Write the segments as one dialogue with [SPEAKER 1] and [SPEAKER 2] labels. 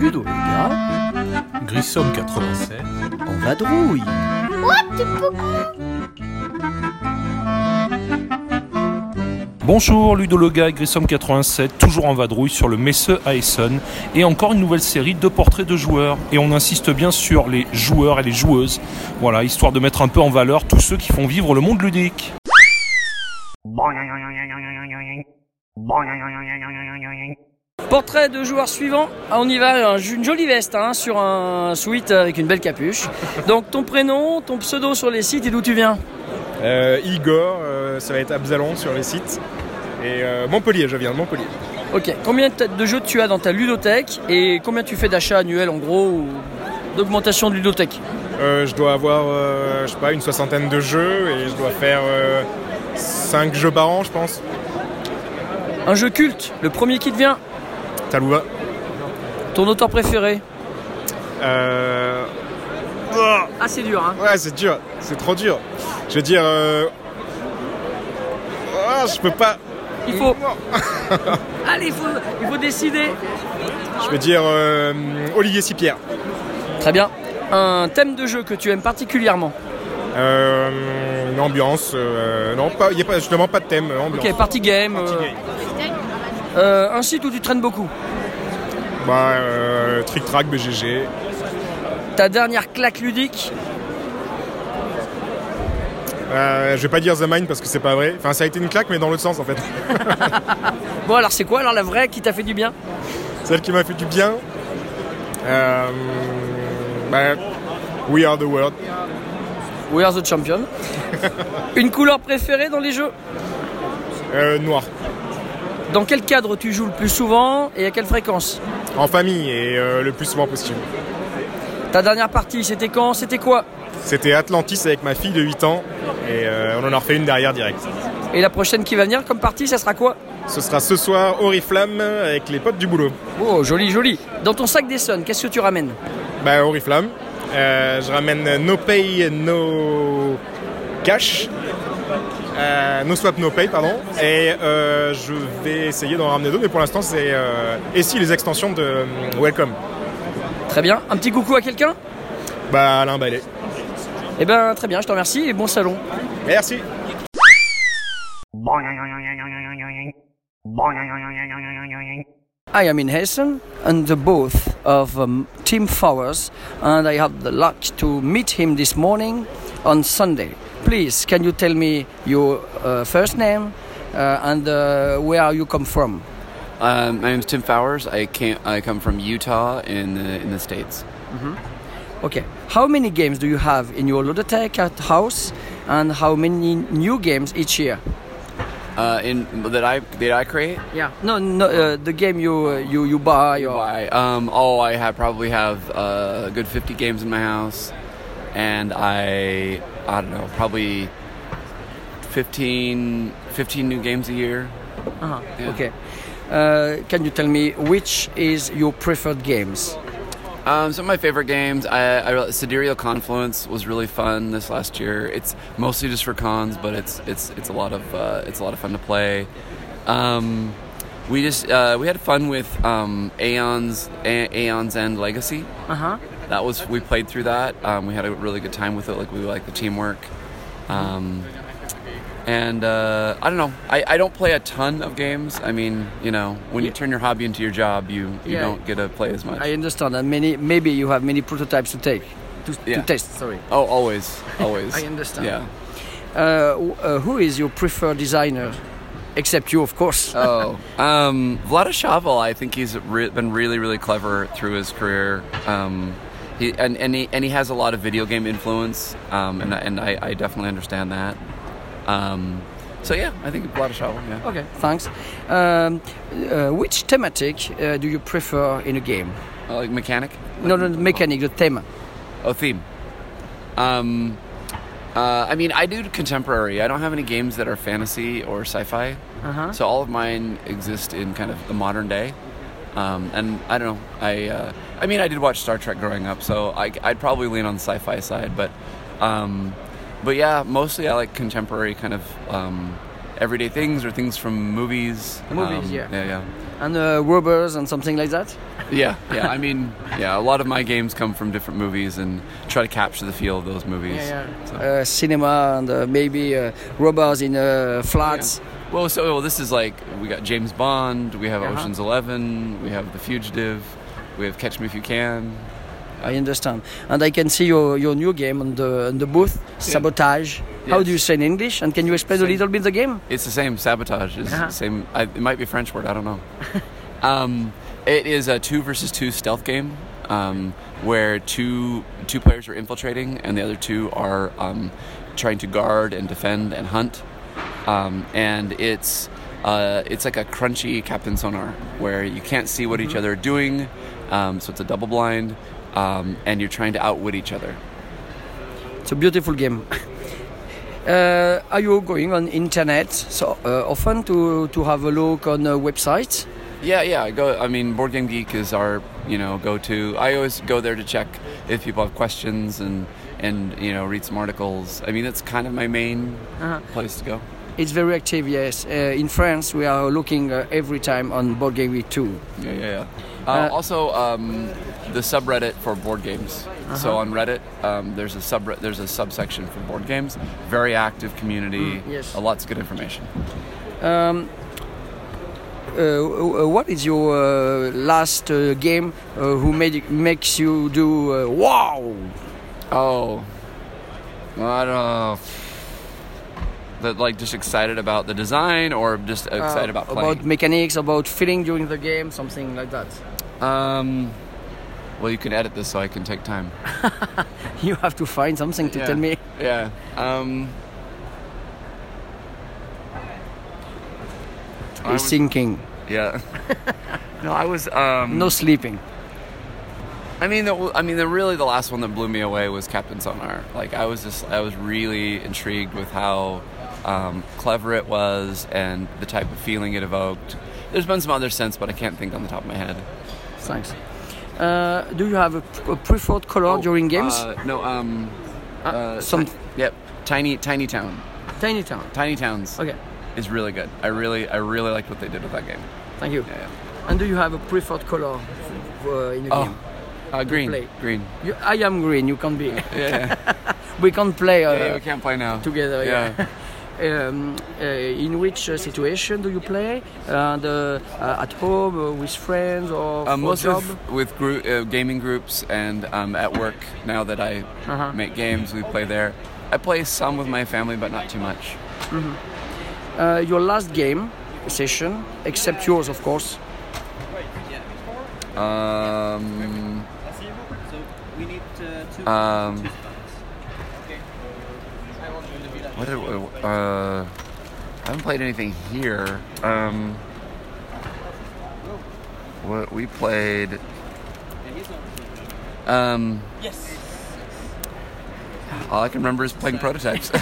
[SPEAKER 1] Ludo le gars
[SPEAKER 2] Grissom 87.
[SPEAKER 1] en vadrouille.
[SPEAKER 2] Bonjour Ludo le gars et Grissom 87, toujours en vadrouille sur le Messeux à Essen. Et encore une nouvelle série de portraits de joueurs. Et on insiste bien sur les joueurs et les joueuses. Voilà, histoire de mettre un peu en valeur tous ceux qui font vivre le monde ludique.
[SPEAKER 3] Portrait de joueur suivant. Ah, on y va, un- une jolie veste hein, sur un sweat avec une belle capuche. Donc ton prénom, ton pseudo sur les sites et d'où tu viens.
[SPEAKER 4] Euh, Igor, euh, ça va être Absalon sur les sites. Et euh, Montpellier, je viens de Montpellier.
[SPEAKER 3] Ok, combien de têtes de jeux tu as dans ta ludothèque et combien tu fais d'achats annuels en gros ou d'augmentation de ludothèque
[SPEAKER 4] Euh, je dois avoir, euh, je sais pas, une soixantaine de jeux et je dois faire 5 jeux par an, je pense.
[SPEAKER 3] Un jeu culte, le premier qui te vient,
[SPEAKER 4] Talouva.
[SPEAKER 3] ton auteur préféré.
[SPEAKER 4] Euh, ouah,
[SPEAKER 3] Ah c'est dur hein.
[SPEAKER 4] Ouais, c'est dur, c'est trop dur. Je veux dire, euh, ah, je peux pas.
[SPEAKER 3] Il faut. Allez, il faut, il faut décider.
[SPEAKER 4] Je veux dire, euh, Olivier Sipierre.
[SPEAKER 3] Très bien. Un thème de jeu que tu aimes particulièrement.
[SPEAKER 4] Euh, une ambiance, euh, non, pas, y a pas, justement pas de thème. euh, Ambiance.
[SPEAKER 3] Ok, party game.
[SPEAKER 4] Party
[SPEAKER 3] euh,
[SPEAKER 4] game.
[SPEAKER 3] euh, un site où tu traînes beaucoup.
[SPEAKER 4] Bah, euh, Trick Track, BGG.
[SPEAKER 3] Ta dernière claque ludique
[SPEAKER 4] Euh, je vais pas dire The Mind parce que c'est pas vrai. Enfin, ça a été une claque, mais dans l'autre sens en fait.
[SPEAKER 3] Bon alors c'est quoi alors la vraie qui t'a fait du bien
[SPEAKER 4] Celle qui m'a fait du bien. Euh, bah, We Are the World.
[SPEAKER 3] We are the champion. Une couleur préférée dans les jeux
[SPEAKER 4] Euh, noir.
[SPEAKER 3] Dans quel cadre tu joues le plus souvent et à quelle fréquence
[SPEAKER 4] En famille et euh, le plus souvent possible.
[SPEAKER 3] Ta dernière partie c'était quand C'était quoi
[SPEAKER 4] C'était Atlantis avec ma fille de 8 ans et euh, on en a refait une derrière direct.
[SPEAKER 3] Et la prochaine qui va venir comme partie ça sera quoi
[SPEAKER 4] Ce sera ce soir Oriflamme avec les potes du boulot.
[SPEAKER 3] Oh joli joli Dans ton sac d'Essonne qu'est-ce que tu ramènes
[SPEAKER 4] Bah, Oriflamme. Euh, je ramène No Pay, No Cash. Euh, no Swap, No Pay, pardon. Et euh, je vais essayer d'en ramener deux, mais pour l'instant, c'est. euh, Et si les extensions de euh, Welcome
[SPEAKER 3] Très bien. Un petit coucou à quelqu'un
[SPEAKER 4] Bah, Alain Ballet.
[SPEAKER 3] Eh ben très bien je te remercie et bon salon.
[SPEAKER 4] Merci.
[SPEAKER 3] I am in Hessen on the booth of um, Tim Fowers, and I have the luck to meet him this morning on Sunday. Please, can you tell me your uh, first name uh, and uh, where you come from?
[SPEAKER 5] Um, my name's Tim Fowers. I came, I come from Utah in the in the states.
[SPEAKER 3] Okay. How many games do you have in your ludothek at house, and how many new games each year?
[SPEAKER 5] Uh, in that I that I create.
[SPEAKER 3] Yeah. No, no. Uh, the game you uh, you you buy or
[SPEAKER 5] I um oh I have probably have uh, a good fifty games in my house, and I I don't know probably 15, 15 new games a year.
[SPEAKER 3] Uh-huh.
[SPEAKER 5] Yeah.
[SPEAKER 3] Okay. Uh, can you tell me which is your preferred games?
[SPEAKER 5] Um, some of my favorite games. I, I really- Sidereal Confluence was really fun this last year. It's mostly just for cons, but it's it's it's a lot of uh, it's a lot of fun to play. Um, we just uh, we had fun with um, Aeons A- Aeons End Legacy.
[SPEAKER 3] Uh huh.
[SPEAKER 5] That was we played through that. Um, we had a really good time with it. Like we like the teamwork. Um, and uh, I don't know. I, I don't play a ton of games. I mean, you know, when you turn your hobby into your job, you, you
[SPEAKER 3] Yeah.
[SPEAKER 5] don't get to play as much.
[SPEAKER 3] I understand, and many maybe you have many prototypes to take to, to
[SPEAKER 5] Yeah.
[SPEAKER 3] test. Sorry.
[SPEAKER 5] Oh, always, always.
[SPEAKER 3] I understand.
[SPEAKER 5] Yeah.
[SPEAKER 3] Uh, w- uh, who is your preferred designer, except you, of course?
[SPEAKER 5] Oh, um, Vlada Shavel. I think he's re- been really, really clever through his career. Um, he and and he, and he has a lot of video game influence, um, and I- and I, I definitely understand that. Um, so yeah, I think Vlada Shavel. Yeah.
[SPEAKER 3] okay, thanks. Um, uh, which thematic uh, do you prefer in a game?
[SPEAKER 5] Uh, like mechanic.
[SPEAKER 3] No, no, the mechanic, the theme.
[SPEAKER 5] Oh, theme. Um, uh, I mean, I do contemporary. I don't have any games that are fantasy or sci-fi.
[SPEAKER 3] Uh-huh.
[SPEAKER 5] So all of mine exist in kind of the modern day. Um, and I don't know. I uh, I mean, I did watch Star Trek growing up, so I, I'd probably lean on the sci-fi side. But um, but yeah, mostly I like contemporary kind of um, everyday things or things from movies.
[SPEAKER 3] Movies,
[SPEAKER 5] Um,
[SPEAKER 3] yeah.
[SPEAKER 5] yeah, yeah,
[SPEAKER 3] And uh, rubbers and something like that.
[SPEAKER 5] yeah, yeah. I mean, yeah. A lot of my games come from different movies and try to capture the feel of those movies. So.
[SPEAKER 3] Uh, cinema and uh, maybe uh, rubbers in uh, flats.
[SPEAKER 5] Well, so well, this is like we got James Bond, we have
[SPEAKER 3] Uh-huh.
[SPEAKER 5] Ocean's Eleven, we have The Fugitive, we have Catch Me If You Can.
[SPEAKER 3] I understand. And I can see your, your new game on the, on the booth, Sabotage. How
[SPEAKER 5] Yes.
[SPEAKER 3] do you say in English? And can you explain a
[SPEAKER 5] Same.
[SPEAKER 3] little bit the game?
[SPEAKER 5] It's the same sabotage. It's
[SPEAKER 3] Uh-huh.
[SPEAKER 5] the same. I, it might be a French word. I don't know. um, it is a two versus two stealth game um, where two two players are infiltrating and the other two are um, trying to guard and defend and hunt. Um, and it's uh, it's like a crunchy Captain Sonar where you can't see what each other are doing, um, so it's a double blind, um, and you're trying to outwit each other.
[SPEAKER 3] It's a beautiful game. Uh, are you going on internet so uh, often to, to have a look on a website?
[SPEAKER 5] Yeah, yeah. I go. I mean, Board Game Geek is our you know go to. I always go there to check if people have questions and and you know read some articles. I mean, that's kind of my main place to go.
[SPEAKER 3] It's very active, yes. Uh, in France, we are looking uh, every time on Board Game Week 2.
[SPEAKER 5] Yeah, yeah, yeah.
[SPEAKER 3] Uh,
[SPEAKER 5] Uh, also, um, the subreddit for board games. So on Reddit, um, there's a sub there's a subsection for board games. Very active community.
[SPEAKER 3] Mm, yes.
[SPEAKER 5] A lots of good information.
[SPEAKER 3] Um, uh, uh, what is your uh, last uh, game uh, who made, makes you do uh, wow?
[SPEAKER 5] Oh, I don't know. That like just excited about the design or just excited Uh, about playing.
[SPEAKER 3] Uh, about mechanics, about feeling during the game, something like that.
[SPEAKER 5] Um, well, you can edit this so I can take time.
[SPEAKER 3] You have to find something to
[SPEAKER 5] Yeah.
[SPEAKER 3] tell me.
[SPEAKER 5] Yeah. Um,
[SPEAKER 3] He's
[SPEAKER 5] I was-
[SPEAKER 3] thinking,
[SPEAKER 5] yeah. no, I was. Um,
[SPEAKER 3] no sleeping.
[SPEAKER 5] I mean, the, I mean, the really the last one that blew me away was Captain Sonar. Like, I was just, I was really intrigued with how um, clever it was and the type of feeling it evoked. There's been some other since, but I can't think on the top of my head.
[SPEAKER 3] Thanks. Uh, do you have a, a preferred color
[SPEAKER 5] Oh,
[SPEAKER 3] during games?
[SPEAKER 5] Uh, no. Um. Uh,
[SPEAKER 3] some-
[SPEAKER 5] ti- yep. Tiny, tiny town.
[SPEAKER 3] Tiny Town.
[SPEAKER 5] Tiny towns.
[SPEAKER 3] Okay,
[SPEAKER 5] is really good. I really, I really liked what they did with that game.
[SPEAKER 3] thank you.
[SPEAKER 5] Yeah.
[SPEAKER 3] And do you have a preferred color uh, in the
[SPEAKER 5] Oh,
[SPEAKER 3] game?
[SPEAKER 5] uh, green,
[SPEAKER 3] play.
[SPEAKER 5] green.
[SPEAKER 3] You, I am green. You can be.
[SPEAKER 5] Yeah,
[SPEAKER 3] We can't play uh,
[SPEAKER 5] we can't play now. Uh,
[SPEAKER 3] together. Yeah. um, uh, in which uh, situation do you play? And uh, uh, at home uh, with friends or
[SPEAKER 5] Uh,
[SPEAKER 3] for
[SPEAKER 5] most
[SPEAKER 3] job?
[SPEAKER 5] of with group, uh, gaming groups and um, at work. Now that I
[SPEAKER 3] Uh-huh.
[SPEAKER 5] make games, we play there. I play some with my family, but not too much.
[SPEAKER 3] Uh, your last game session, except yours, of course.
[SPEAKER 5] Um, um, what did, uh, I haven't played anything here. Um, what we played. Um, yes. All I can remember is playing prototypes.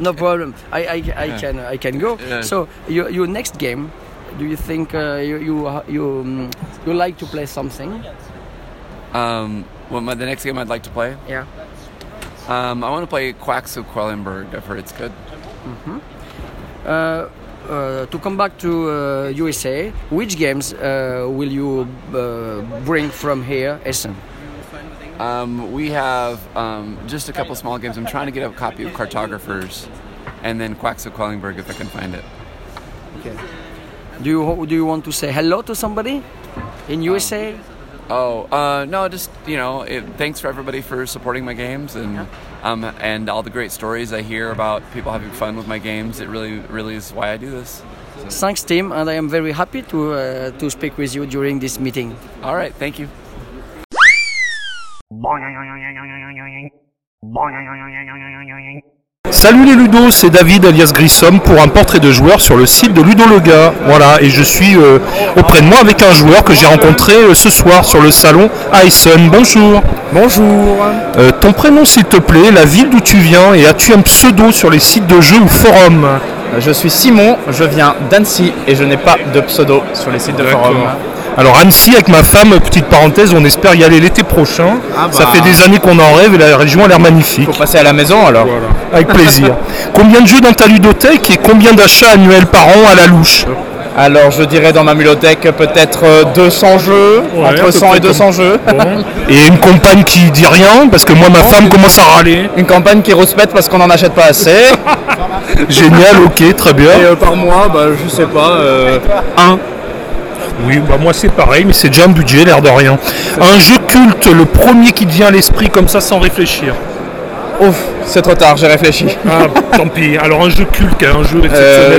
[SPEAKER 3] No problem. I, I, I can I can go.
[SPEAKER 5] Yeah.
[SPEAKER 3] So your, your next game, do you think uh, you you you, um, you like to play something?
[SPEAKER 5] um, well, my, the next game I'd like to play.
[SPEAKER 3] Yeah.
[SPEAKER 5] Um, I want to play Quacks of Quellenberg. I've heard it's good.
[SPEAKER 3] Uh, uh, to come back to uh, USA, which games uh, will you uh, bring from here, Essen?
[SPEAKER 5] Um, we have um, just a couple small games. I'm trying to get a copy of Cartographers and then Quacks of Quellenberg if I can find it.
[SPEAKER 3] Do you do you want to say hello to somebody in USA?
[SPEAKER 5] Oh, uh, no, just, you know, it, thanks for everybody for supporting my games and, um, and all the great stories I hear about people having fun with my games. It really, really is why I do this.
[SPEAKER 3] Thanks, Tim, and I am very happy to uh, to speak with you during this meeting.
[SPEAKER 5] All right, thank you.
[SPEAKER 2] Salut les Ludo, c'est David alias Grissom pour un portrait de joueur sur le site de Ludologa. Voilà, et je suis euh, auprès de moi avec un joueur que j'ai rencontré euh, ce soir sur le salon Ison. Bonjour. Bonjour. ton prénom s'il te plaît, la ville d'où tu viens et as-tu un pseudo sur les sites de jeux ou forums
[SPEAKER 6] Je suis Simon, je viens d'Annecy et je n'ai pas de pseudo sur les sites de forum.
[SPEAKER 2] Alors Annecy avec ma femme, petite parenthèse, on espère y aller l'été prochain.
[SPEAKER 6] Ah
[SPEAKER 2] Ça
[SPEAKER 6] bah.
[SPEAKER 2] fait des années qu'on en rêve et la région a l'air magnifique.
[SPEAKER 6] Faut passer à la maison alors.
[SPEAKER 2] Avec plaisir. combien de jeux dans ta ludothèque et combien d'achats annuels par an à la louche
[SPEAKER 6] Alors je dirais dans ma mulothèque peut-être euh, 200 jeux,
[SPEAKER 2] à peu
[SPEAKER 6] entre 100
[SPEAKER 2] près
[SPEAKER 6] et 200 jeux.
[SPEAKER 2] Et une compagne qui dit rien parce que moi ma femme commence à râler.
[SPEAKER 6] Une campagne qui rouspète parce qu'on n'en achète pas assez.
[SPEAKER 2] Génial, ok, très bien.
[SPEAKER 6] Et euh, par mois, bah, je sais pas, euh, un.
[SPEAKER 2] Oui, bah moi c'est pareil, mais c'est déjà un budget, l'air de rien. Un jeu culte, le premier qui te vient à l'esprit comme ça sans réfléchir.
[SPEAKER 6] Ouf, c'est trop tard, j'ai réfléchi.
[SPEAKER 2] Ah, tant pis. Alors un jeu culte, un jeu
[SPEAKER 6] Euh,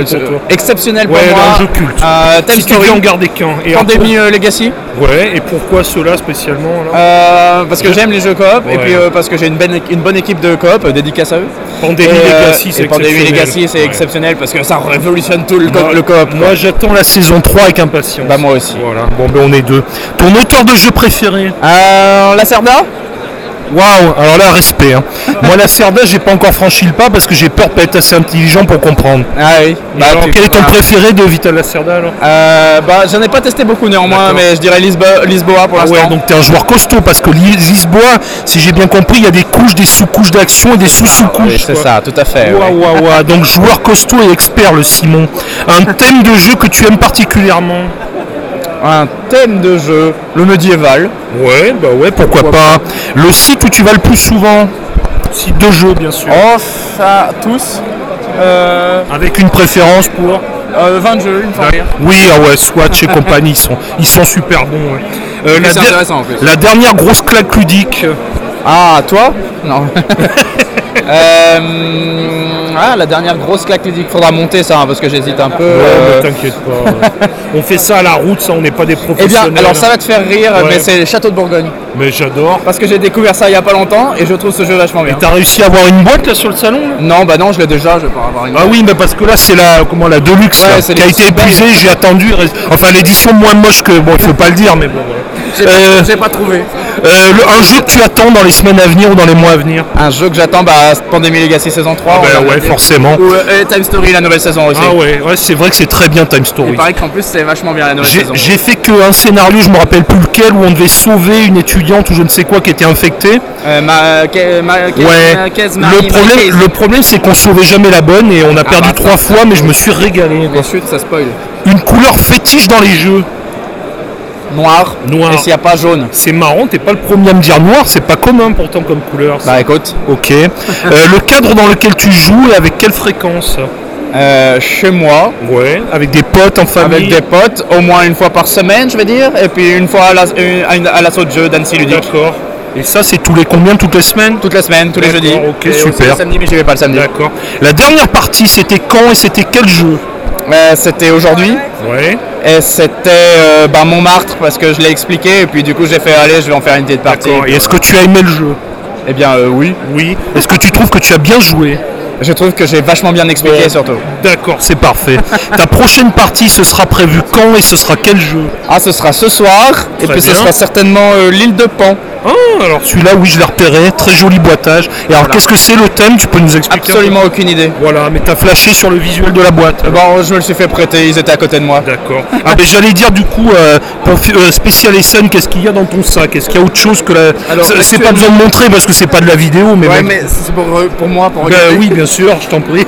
[SPEAKER 2] exceptionnel pour
[SPEAKER 6] je-
[SPEAKER 2] toi.
[SPEAKER 6] exceptionnel pour
[SPEAKER 2] Ouais,
[SPEAKER 6] moi.
[SPEAKER 2] un jeu culte.
[SPEAKER 6] Euh, Time
[SPEAKER 2] si tu
[SPEAKER 6] Story.
[SPEAKER 2] devais en garder qu'un. Et
[SPEAKER 6] Pandémie euh, Legacy
[SPEAKER 2] alors- Ouais, et pourquoi cela spécialement alors
[SPEAKER 6] Euh, parce que j'aime les jeux coop
[SPEAKER 2] Ouais.
[SPEAKER 6] et puis euh, parce que j'ai une, bonne équ- une bonne équipe de coop euh, dédicace à eux.
[SPEAKER 2] Pandémie
[SPEAKER 6] Et, euh,
[SPEAKER 2] Legacy, c'est
[SPEAKER 6] et Pandémie
[SPEAKER 2] exceptionnel.
[SPEAKER 6] Legacy c'est
[SPEAKER 2] Ouais.
[SPEAKER 6] exceptionnel parce que ça révolutionne tout le, co-
[SPEAKER 2] Moi-
[SPEAKER 6] le coop.
[SPEAKER 2] Moi j'attends la saison 3 avec impatience.
[SPEAKER 6] Bah, moi aussi.
[SPEAKER 2] Voilà, bon ben on est deux. Ton auteur de jeu préféré
[SPEAKER 6] Euh, la Cerda
[SPEAKER 2] Waouh, alors là respect. hein. moi la Cerda, j'ai pas encore franchi le pas parce que j'ai peur de pas être assez intelligent pour comprendre.
[SPEAKER 6] Ah oui. Bah,
[SPEAKER 2] alors,
[SPEAKER 6] tu-
[SPEAKER 2] quel est ton
[SPEAKER 6] ah.
[SPEAKER 2] préféré de Vital Lacerda alors
[SPEAKER 6] Euh, bah, j'en ai pas testé beaucoup néanmoins,
[SPEAKER 2] D'accord.
[SPEAKER 6] mais je dirais Lisbo- Lisboa pour l'instant.
[SPEAKER 2] Ah Ouais, donc t'es un joueur costaud parce que Lis- Lisboa, si j'ai bien compris, il y a des couches, des sous-couches d'action et des
[SPEAKER 6] Oui,
[SPEAKER 2] sous-sous-couches.
[SPEAKER 6] Ah, c'est
[SPEAKER 2] quoi.
[SPEAKER 6] ça, tout à fait. ouais.
[SPEAKER 2] Ouah, ouah, ouah. Donc joueur costaud et expert le Simon. Un thème de jeu que tu aimes particulièrement
[SPEAKER 6] Un thème de jeu, le médiéval.
[SPEAKER 2] Ouais, bah ouais, pourquoi, pas. Le site où tu vas le plus souvent Site de jeu bien sûr.
[SPEAKER 6] Oh, ça, tous. Euh,
[SPEAKER 2] Avec une préférence pour
[SPEAKER 6] euh, 20 jeux, une fois.
[SPEAKER 2] Oui, ah ouais, Swatch et compagnie, ils sont, ils sont super bons. ouais. Euh, la,
[SPEAKER 6] c'est
[SPEAKER 2] der-
[SPEAKER 6] intéressant, en plus.
[SPEAKER 2] la dernière grosse claque ludique.
[SPEAKER 6] Ah, toi Non. Euh, ah, la dernière grosse claque ludique, faudra monter ça, hein, parce que j'hésite un peu. euh.
[SPEAKER 2] t'inquiète pas. on fait ça à la route, ça, on n'est pas des
[SPEAKER 6] Eh bien,
[SPEAKER 2] professionnels.
[SPEAKER 6] alors ça va te faire rire,
[SPEAKER 2] Ouais.
[SPEAKER 6] mais c'est le Château de Bourgogne.
[SPEAKER 2] Mais j'adore.
[SPEAKER 6] Parce que j'ai découvert ça il y a pas longtemps et je trouve ce jeu vachement bien.
[SPEAKER 2] T'as réussi à avoir une boîte là sur le salon là
[SPEAKER 6] Non, bah non, je l'ai déjà, je vais pas avoir une.
[SPEAKER 2] Ah oui, mais parce que là c'est la comment la Deluxe
[SPEAKER 6] Ouais,
[SPEAKER 2] là,
[SPEAKER 6] c'est
[SPEAKER 2] qui a été
[SPEAKER 6] l'édition belge.
[SPEAKER 2] épuisée. J'ai attendu. reste- Enfin, l'édition moins moche que bon, il faut pas le dire, mais bon. voilà.
[SPEAKER 6] j'ai pas-
[SPEAKER 2] Euh,
[SPEAKER 6] j'ai pas trouvé.
[SPEAKER 2] Euh, le- un jeu que tu attends dans les semaines à venir ou dans les mois à venir
[SPEAKER 6] Un jeu que j'attends, bah Pandémie Legacy saison 3. on
[SPEAKER 2] Ben
[SPEAKER 6] Oh, l'a
[SPEAKER 2] ouais,
[SPEAKER 6] noté.
[SPEAKER 2] forcément.
[SPEAKER 6] Ou euh, et Time Story la nouvelle saison aussi.
[SPEAKER 2] Ah ouais, ouais, c'est vrai que c'est très bien Time
[SPEAKER 6] Il
[SPEAKER 2] Story.
[SPEAKER 6] paraît qu'en plus c'est vachement bien la nouvelle
[SPEAKER 2] J'ai
[SPEAKER 6] saison.
[SPEAKER 2] j'ai fait qu'un scénario, je me rappelle plus lequel, où on devait sauver une étudiante ou je ne sais quoi qui était infectée.
[SPEAKER 6] Euh, ma, Ke- ma, Ke-
[SPEAKER 2] Ouais.
[SPEAKER 6] ma- Kez- Marie-
[SPEAKER 2] Le problème,
[SPEAKER 6] Marie-
[SPEAKER 2] le problème c'est qu'on sauvait jamais la bonne et on a perdu
[SPEAKER 6] bah,
[SPEAKER 2] trois fois, mais je me suis régalé. quoi.
[SPEAKER 6] Mais chut, ça spoil.
[SPEAKER 2] Une couleur fétiche dans les jeux.
[SPEAKER 6] Noir.
[SPEAKER 2] Noir.
[SPEAKER 6] Et s'il n'y a pas jaune.
[SPEAKER 2] C'est marrant, t'es pas le premier à me dire noir, c'est pas commun pourtant comme couleur. ça.
[SPEAKER 6] Bah écoute,
[SPEAKER 2] Ok. Euh, le cadre dans lequel tu joues et avec quelle fréquence
[SPEAKER 6] euh, chez moi,
[SPEAKER 2] Ouais. Avec des potes en
[SPEAKER 6] avec
[SPEAKER 2] famille.
[SPEAKER 6] des potes, au moins une fois par semaine, je vais dire, et puis une fois à la- une- à une- à l'assaut de jeu d'Annecy Ludique.
[SPEAKER 2] D'accord. Et ça, c'est tous les combien toutes les semaines
[SPEAKER 6] Toutes les semaines, tous les
[SPEAKER 2] D'accord,
[SPEAKER 6] jeudis.
[SPEAKER 2] ok,
[SPEAKER 6] Et aussi
[SPEAKER 2] super.
[SPEAKER 6] Le samedi, mais j'y vais pas le samedi.
[SPEAKER 2] D'accord. La dernière partie, c'était quand et c'était quel jeu
[SPEAKER 6] Euh, c'était aujourd'hui,
[SPEAKER 2] Ouais.
[SPEAKER 6] et c'était euh, bah, Montmartre, parce que je l'ai expliqué, et puis du coup j'ai fait, allez, je vais en faire une petite partie.
[SPEAKER 2] D'accord. Et est-ce que tu as aimé le jeu
[SPEAKER 6] Eh bien euh, oui,
[SPEAKER 2] Oui. Est-ce que tu trouves que tu as bien joué
[SPEAKER 6] je trouve que j'ai vachement bien expliqué surtout.
[SPEAKER 2] D'accord, c'est parfait. Ta prochaine partie, ce sera prévu quand et ce sera quel jeu
[SPEAKER 6] Ah, ce sera ce soir, et
[SPEAKER 2] Très
[SPEAKER 6] puis ce
[SPEAKER 2] bien.
[SPEAKER 6] sera certainement euh, l'île de Pan.
[SPEAKER 2] Ah, alors celui-là, oui, je l'ai repéré. Très joli boitage. Et alors, qu'est-ce que c'est le thème Tu peux nous expliquer un peu
[SPEAKER 6] Absolument aucune idée.
[SPEAKER 2] Voilà, mais t'as flashé sur le visuel de la boîte.
[SPEAKER 6] Bon, je me le suis fait prêter, ils étaient à côté de moi.
[SPEAKER 2] D'accord. Ah ben j'allais dire du coup euh, pour fi- euh, Special Essence, qu'est-ce qu'il y a dans ton sac Est-ce qu'il y a autre chose que la
[SPEAKER 6] Alors,
[SPEAKER 2] C'est- C'est pas besoin de montrer parce que c'est pas de la vidéo, mais,
[SPEAKER 6] Ouais,
[SPEAKER 2] bon.
[SPEAKER 6] mais c'est pour, euh, pour moi, pour
[SPEAKER 2] Ben
[SPEAKER 6] regarder.
[SPEAKER 2] oui, bien sûr, je t'en prie.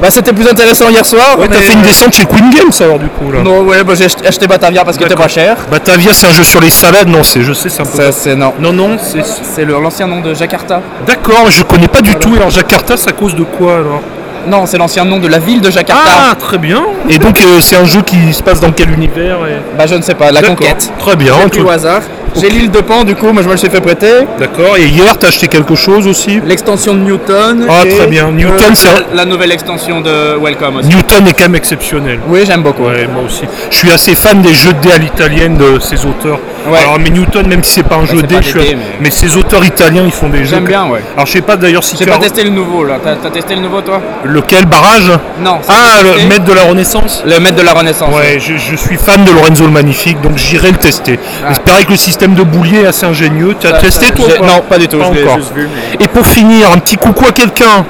[SPEAKER 6] Bah, c'était plus intéressant hier soir.
[SPEAKER 2] Ouais, t'as
[SPEAKER 6] mais-
[SPEAKER 2] fait une descente chez Queen Games alors du coup là.
[SPEAKER 6] Non, ouais, bah, j'ai ach- acheté Batavia parce qu'il était pas cher.
[SPEAKER 2] Batavia, Bah, c'est un jeu sur les salades, non C'est, je sais, c'est un peu.
[SPEAKER 6] Ça, c'est non.
[SPEAKER 2] Non, non, c'est.
[SPEAKER 6] C'est le- l'ancien nom de Jakarta.
[SPEAKER 2] D'accord, je connais pas du tout. Alors Jakarta, c'est à cause de quoi alors
[SPEAKER 6] Non, c'est l'ancien nom de la ville de Jakarta.
[SPEAKER 2] Ah, très bien. Et donc euh, c'est un jeu qui se passe dans quel univers et-
[SPEAKER 6] Bah, je ne sais pas, la
[SPEAKER 2] D'accord.
[SPEAKER 6] conquête.
[SPEAKER 2] Très bien.
[SPEAKER 6] J'ai
[SPEAKER 2] en
[SPEAKER 6] pris
[SPEAKER 2] tout-
[SPEAKER 6] au hasard. J'ai l'île de Pan, du coup, moi je me le suis fait prêter.
[SPEAKER 2] D'accord. Et hier, t'as acheté quelque chose aussi
[SPEAKER 6] L'extension de Newton.
[SPEAKER 2] Ah,
[SPEAKER 6] et,
[SPEAKER 2] très bien. Newton,
[SPEAKER 6] euh,
[SPEAKER 2] c'est un-
[SPEAKER 6] la, la nouvelle extension de Welcome aussi.
[SPEAKER 2] Newton est quand même exceptionnel.
[SPEAKER 6] Oui, j'aime beaucoup.
[SPEAKER 2] Ouais, moi aussi. Je suis assez fan des jeux de dés à l'italienne de ces auteurs.
[SPEAKER 6] Ouais. Bah,
[SPEAKER 2] Alors, mais Newton, même si c'est pas un jeu
[SPEAKER 6] c'est
[SPEAKER 2] dés,
[SPEAKER 6] pas
[SPEAKER 2] je
[SPEAKER 6] des
[SPEAKER 2] suis-
[SPEAKER 6] dés, mais-
[SPEAKER 2] mais ces auteurs italiens, ils font des jeux.
[SPEAKER 6] J'aime
[SPEAKER 2] que-
[SPEAKER 6] bien, ouais.
[SPEAKER 2] Alors, je sais pas d'ailleurs si
[SPEAKER 6] J'ai
[SPEAKER 2] tu
[SPEAKER 6] pas
[SPEAKER 2] as-
[SPEAKER 6] testé le nouveau là. T'as t'as testé le nouveau toi
[SPEAKER 2] lequel barrage.
[SPEAKER 6] Non. c'est
[SPEAKER 2] Ah,
[SPEAKER 6] pas
[SPEAKER 2] le
[SPEAKER 6] testé.
[SPEAKER 2] maître de la Renaissance.
[SPEAKER 6] Le maître de la Renaissance.
[SPEAKER 2] Ouais, je, je suis fan de Lorenzo le Magnifique, donc j'irai le tester.
[SPEAKER 6] Ouais.
[SPEAKER 2] Il paraît que le système de boulier est assez ingénieux. Tu as
[SPEAKER 6] Ça-
[SPEAKER 2] testé
[SPEAKER 6] ça-
[SPEAKER 2] toi ou
[SPEAKER 6] j'ai-
[SPEAKER 2] pas
[SPEAKER 6] Non, pas du tout.
[SPEAKER 2] Pas
[SPEAKER 6] je l'ai
[SPEAKER 2] encore.
[SPEAKER 6] juste vu, mais-
[SPEAKER 2] Et pour finir, un petit coucou à quelqu'un.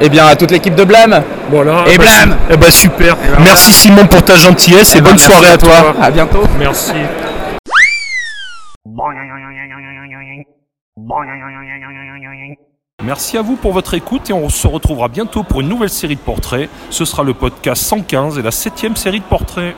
[SPEAKER 6] eh bien à toute l'équipe de Blâme.
[SPEAKER 2] Voilà.
[SPEAKER 6] Et
[SPEAKER 2] bah,
[SPEAKER 6] blam
[SPEAKER 2] su- Eh bah, super.
[SPEAKER 6] voilà.
[SPEAKER 2] Merci Simon pour ta gentillesse et,
[SPEAKER 6] Eh ben,
[SPEAKER 2] bonne
[SPEAKER 6] merci
[SPEAKER 2] soirée à toi.
[SPEAKER 6] À bientôt.
[SPEAKER 2] Merci. Merci à vous pour votre écoute et on se retrouvera bientôt pour une nouvelle série de portraits. Ce sera le podcast 115 et la septième série de portraits.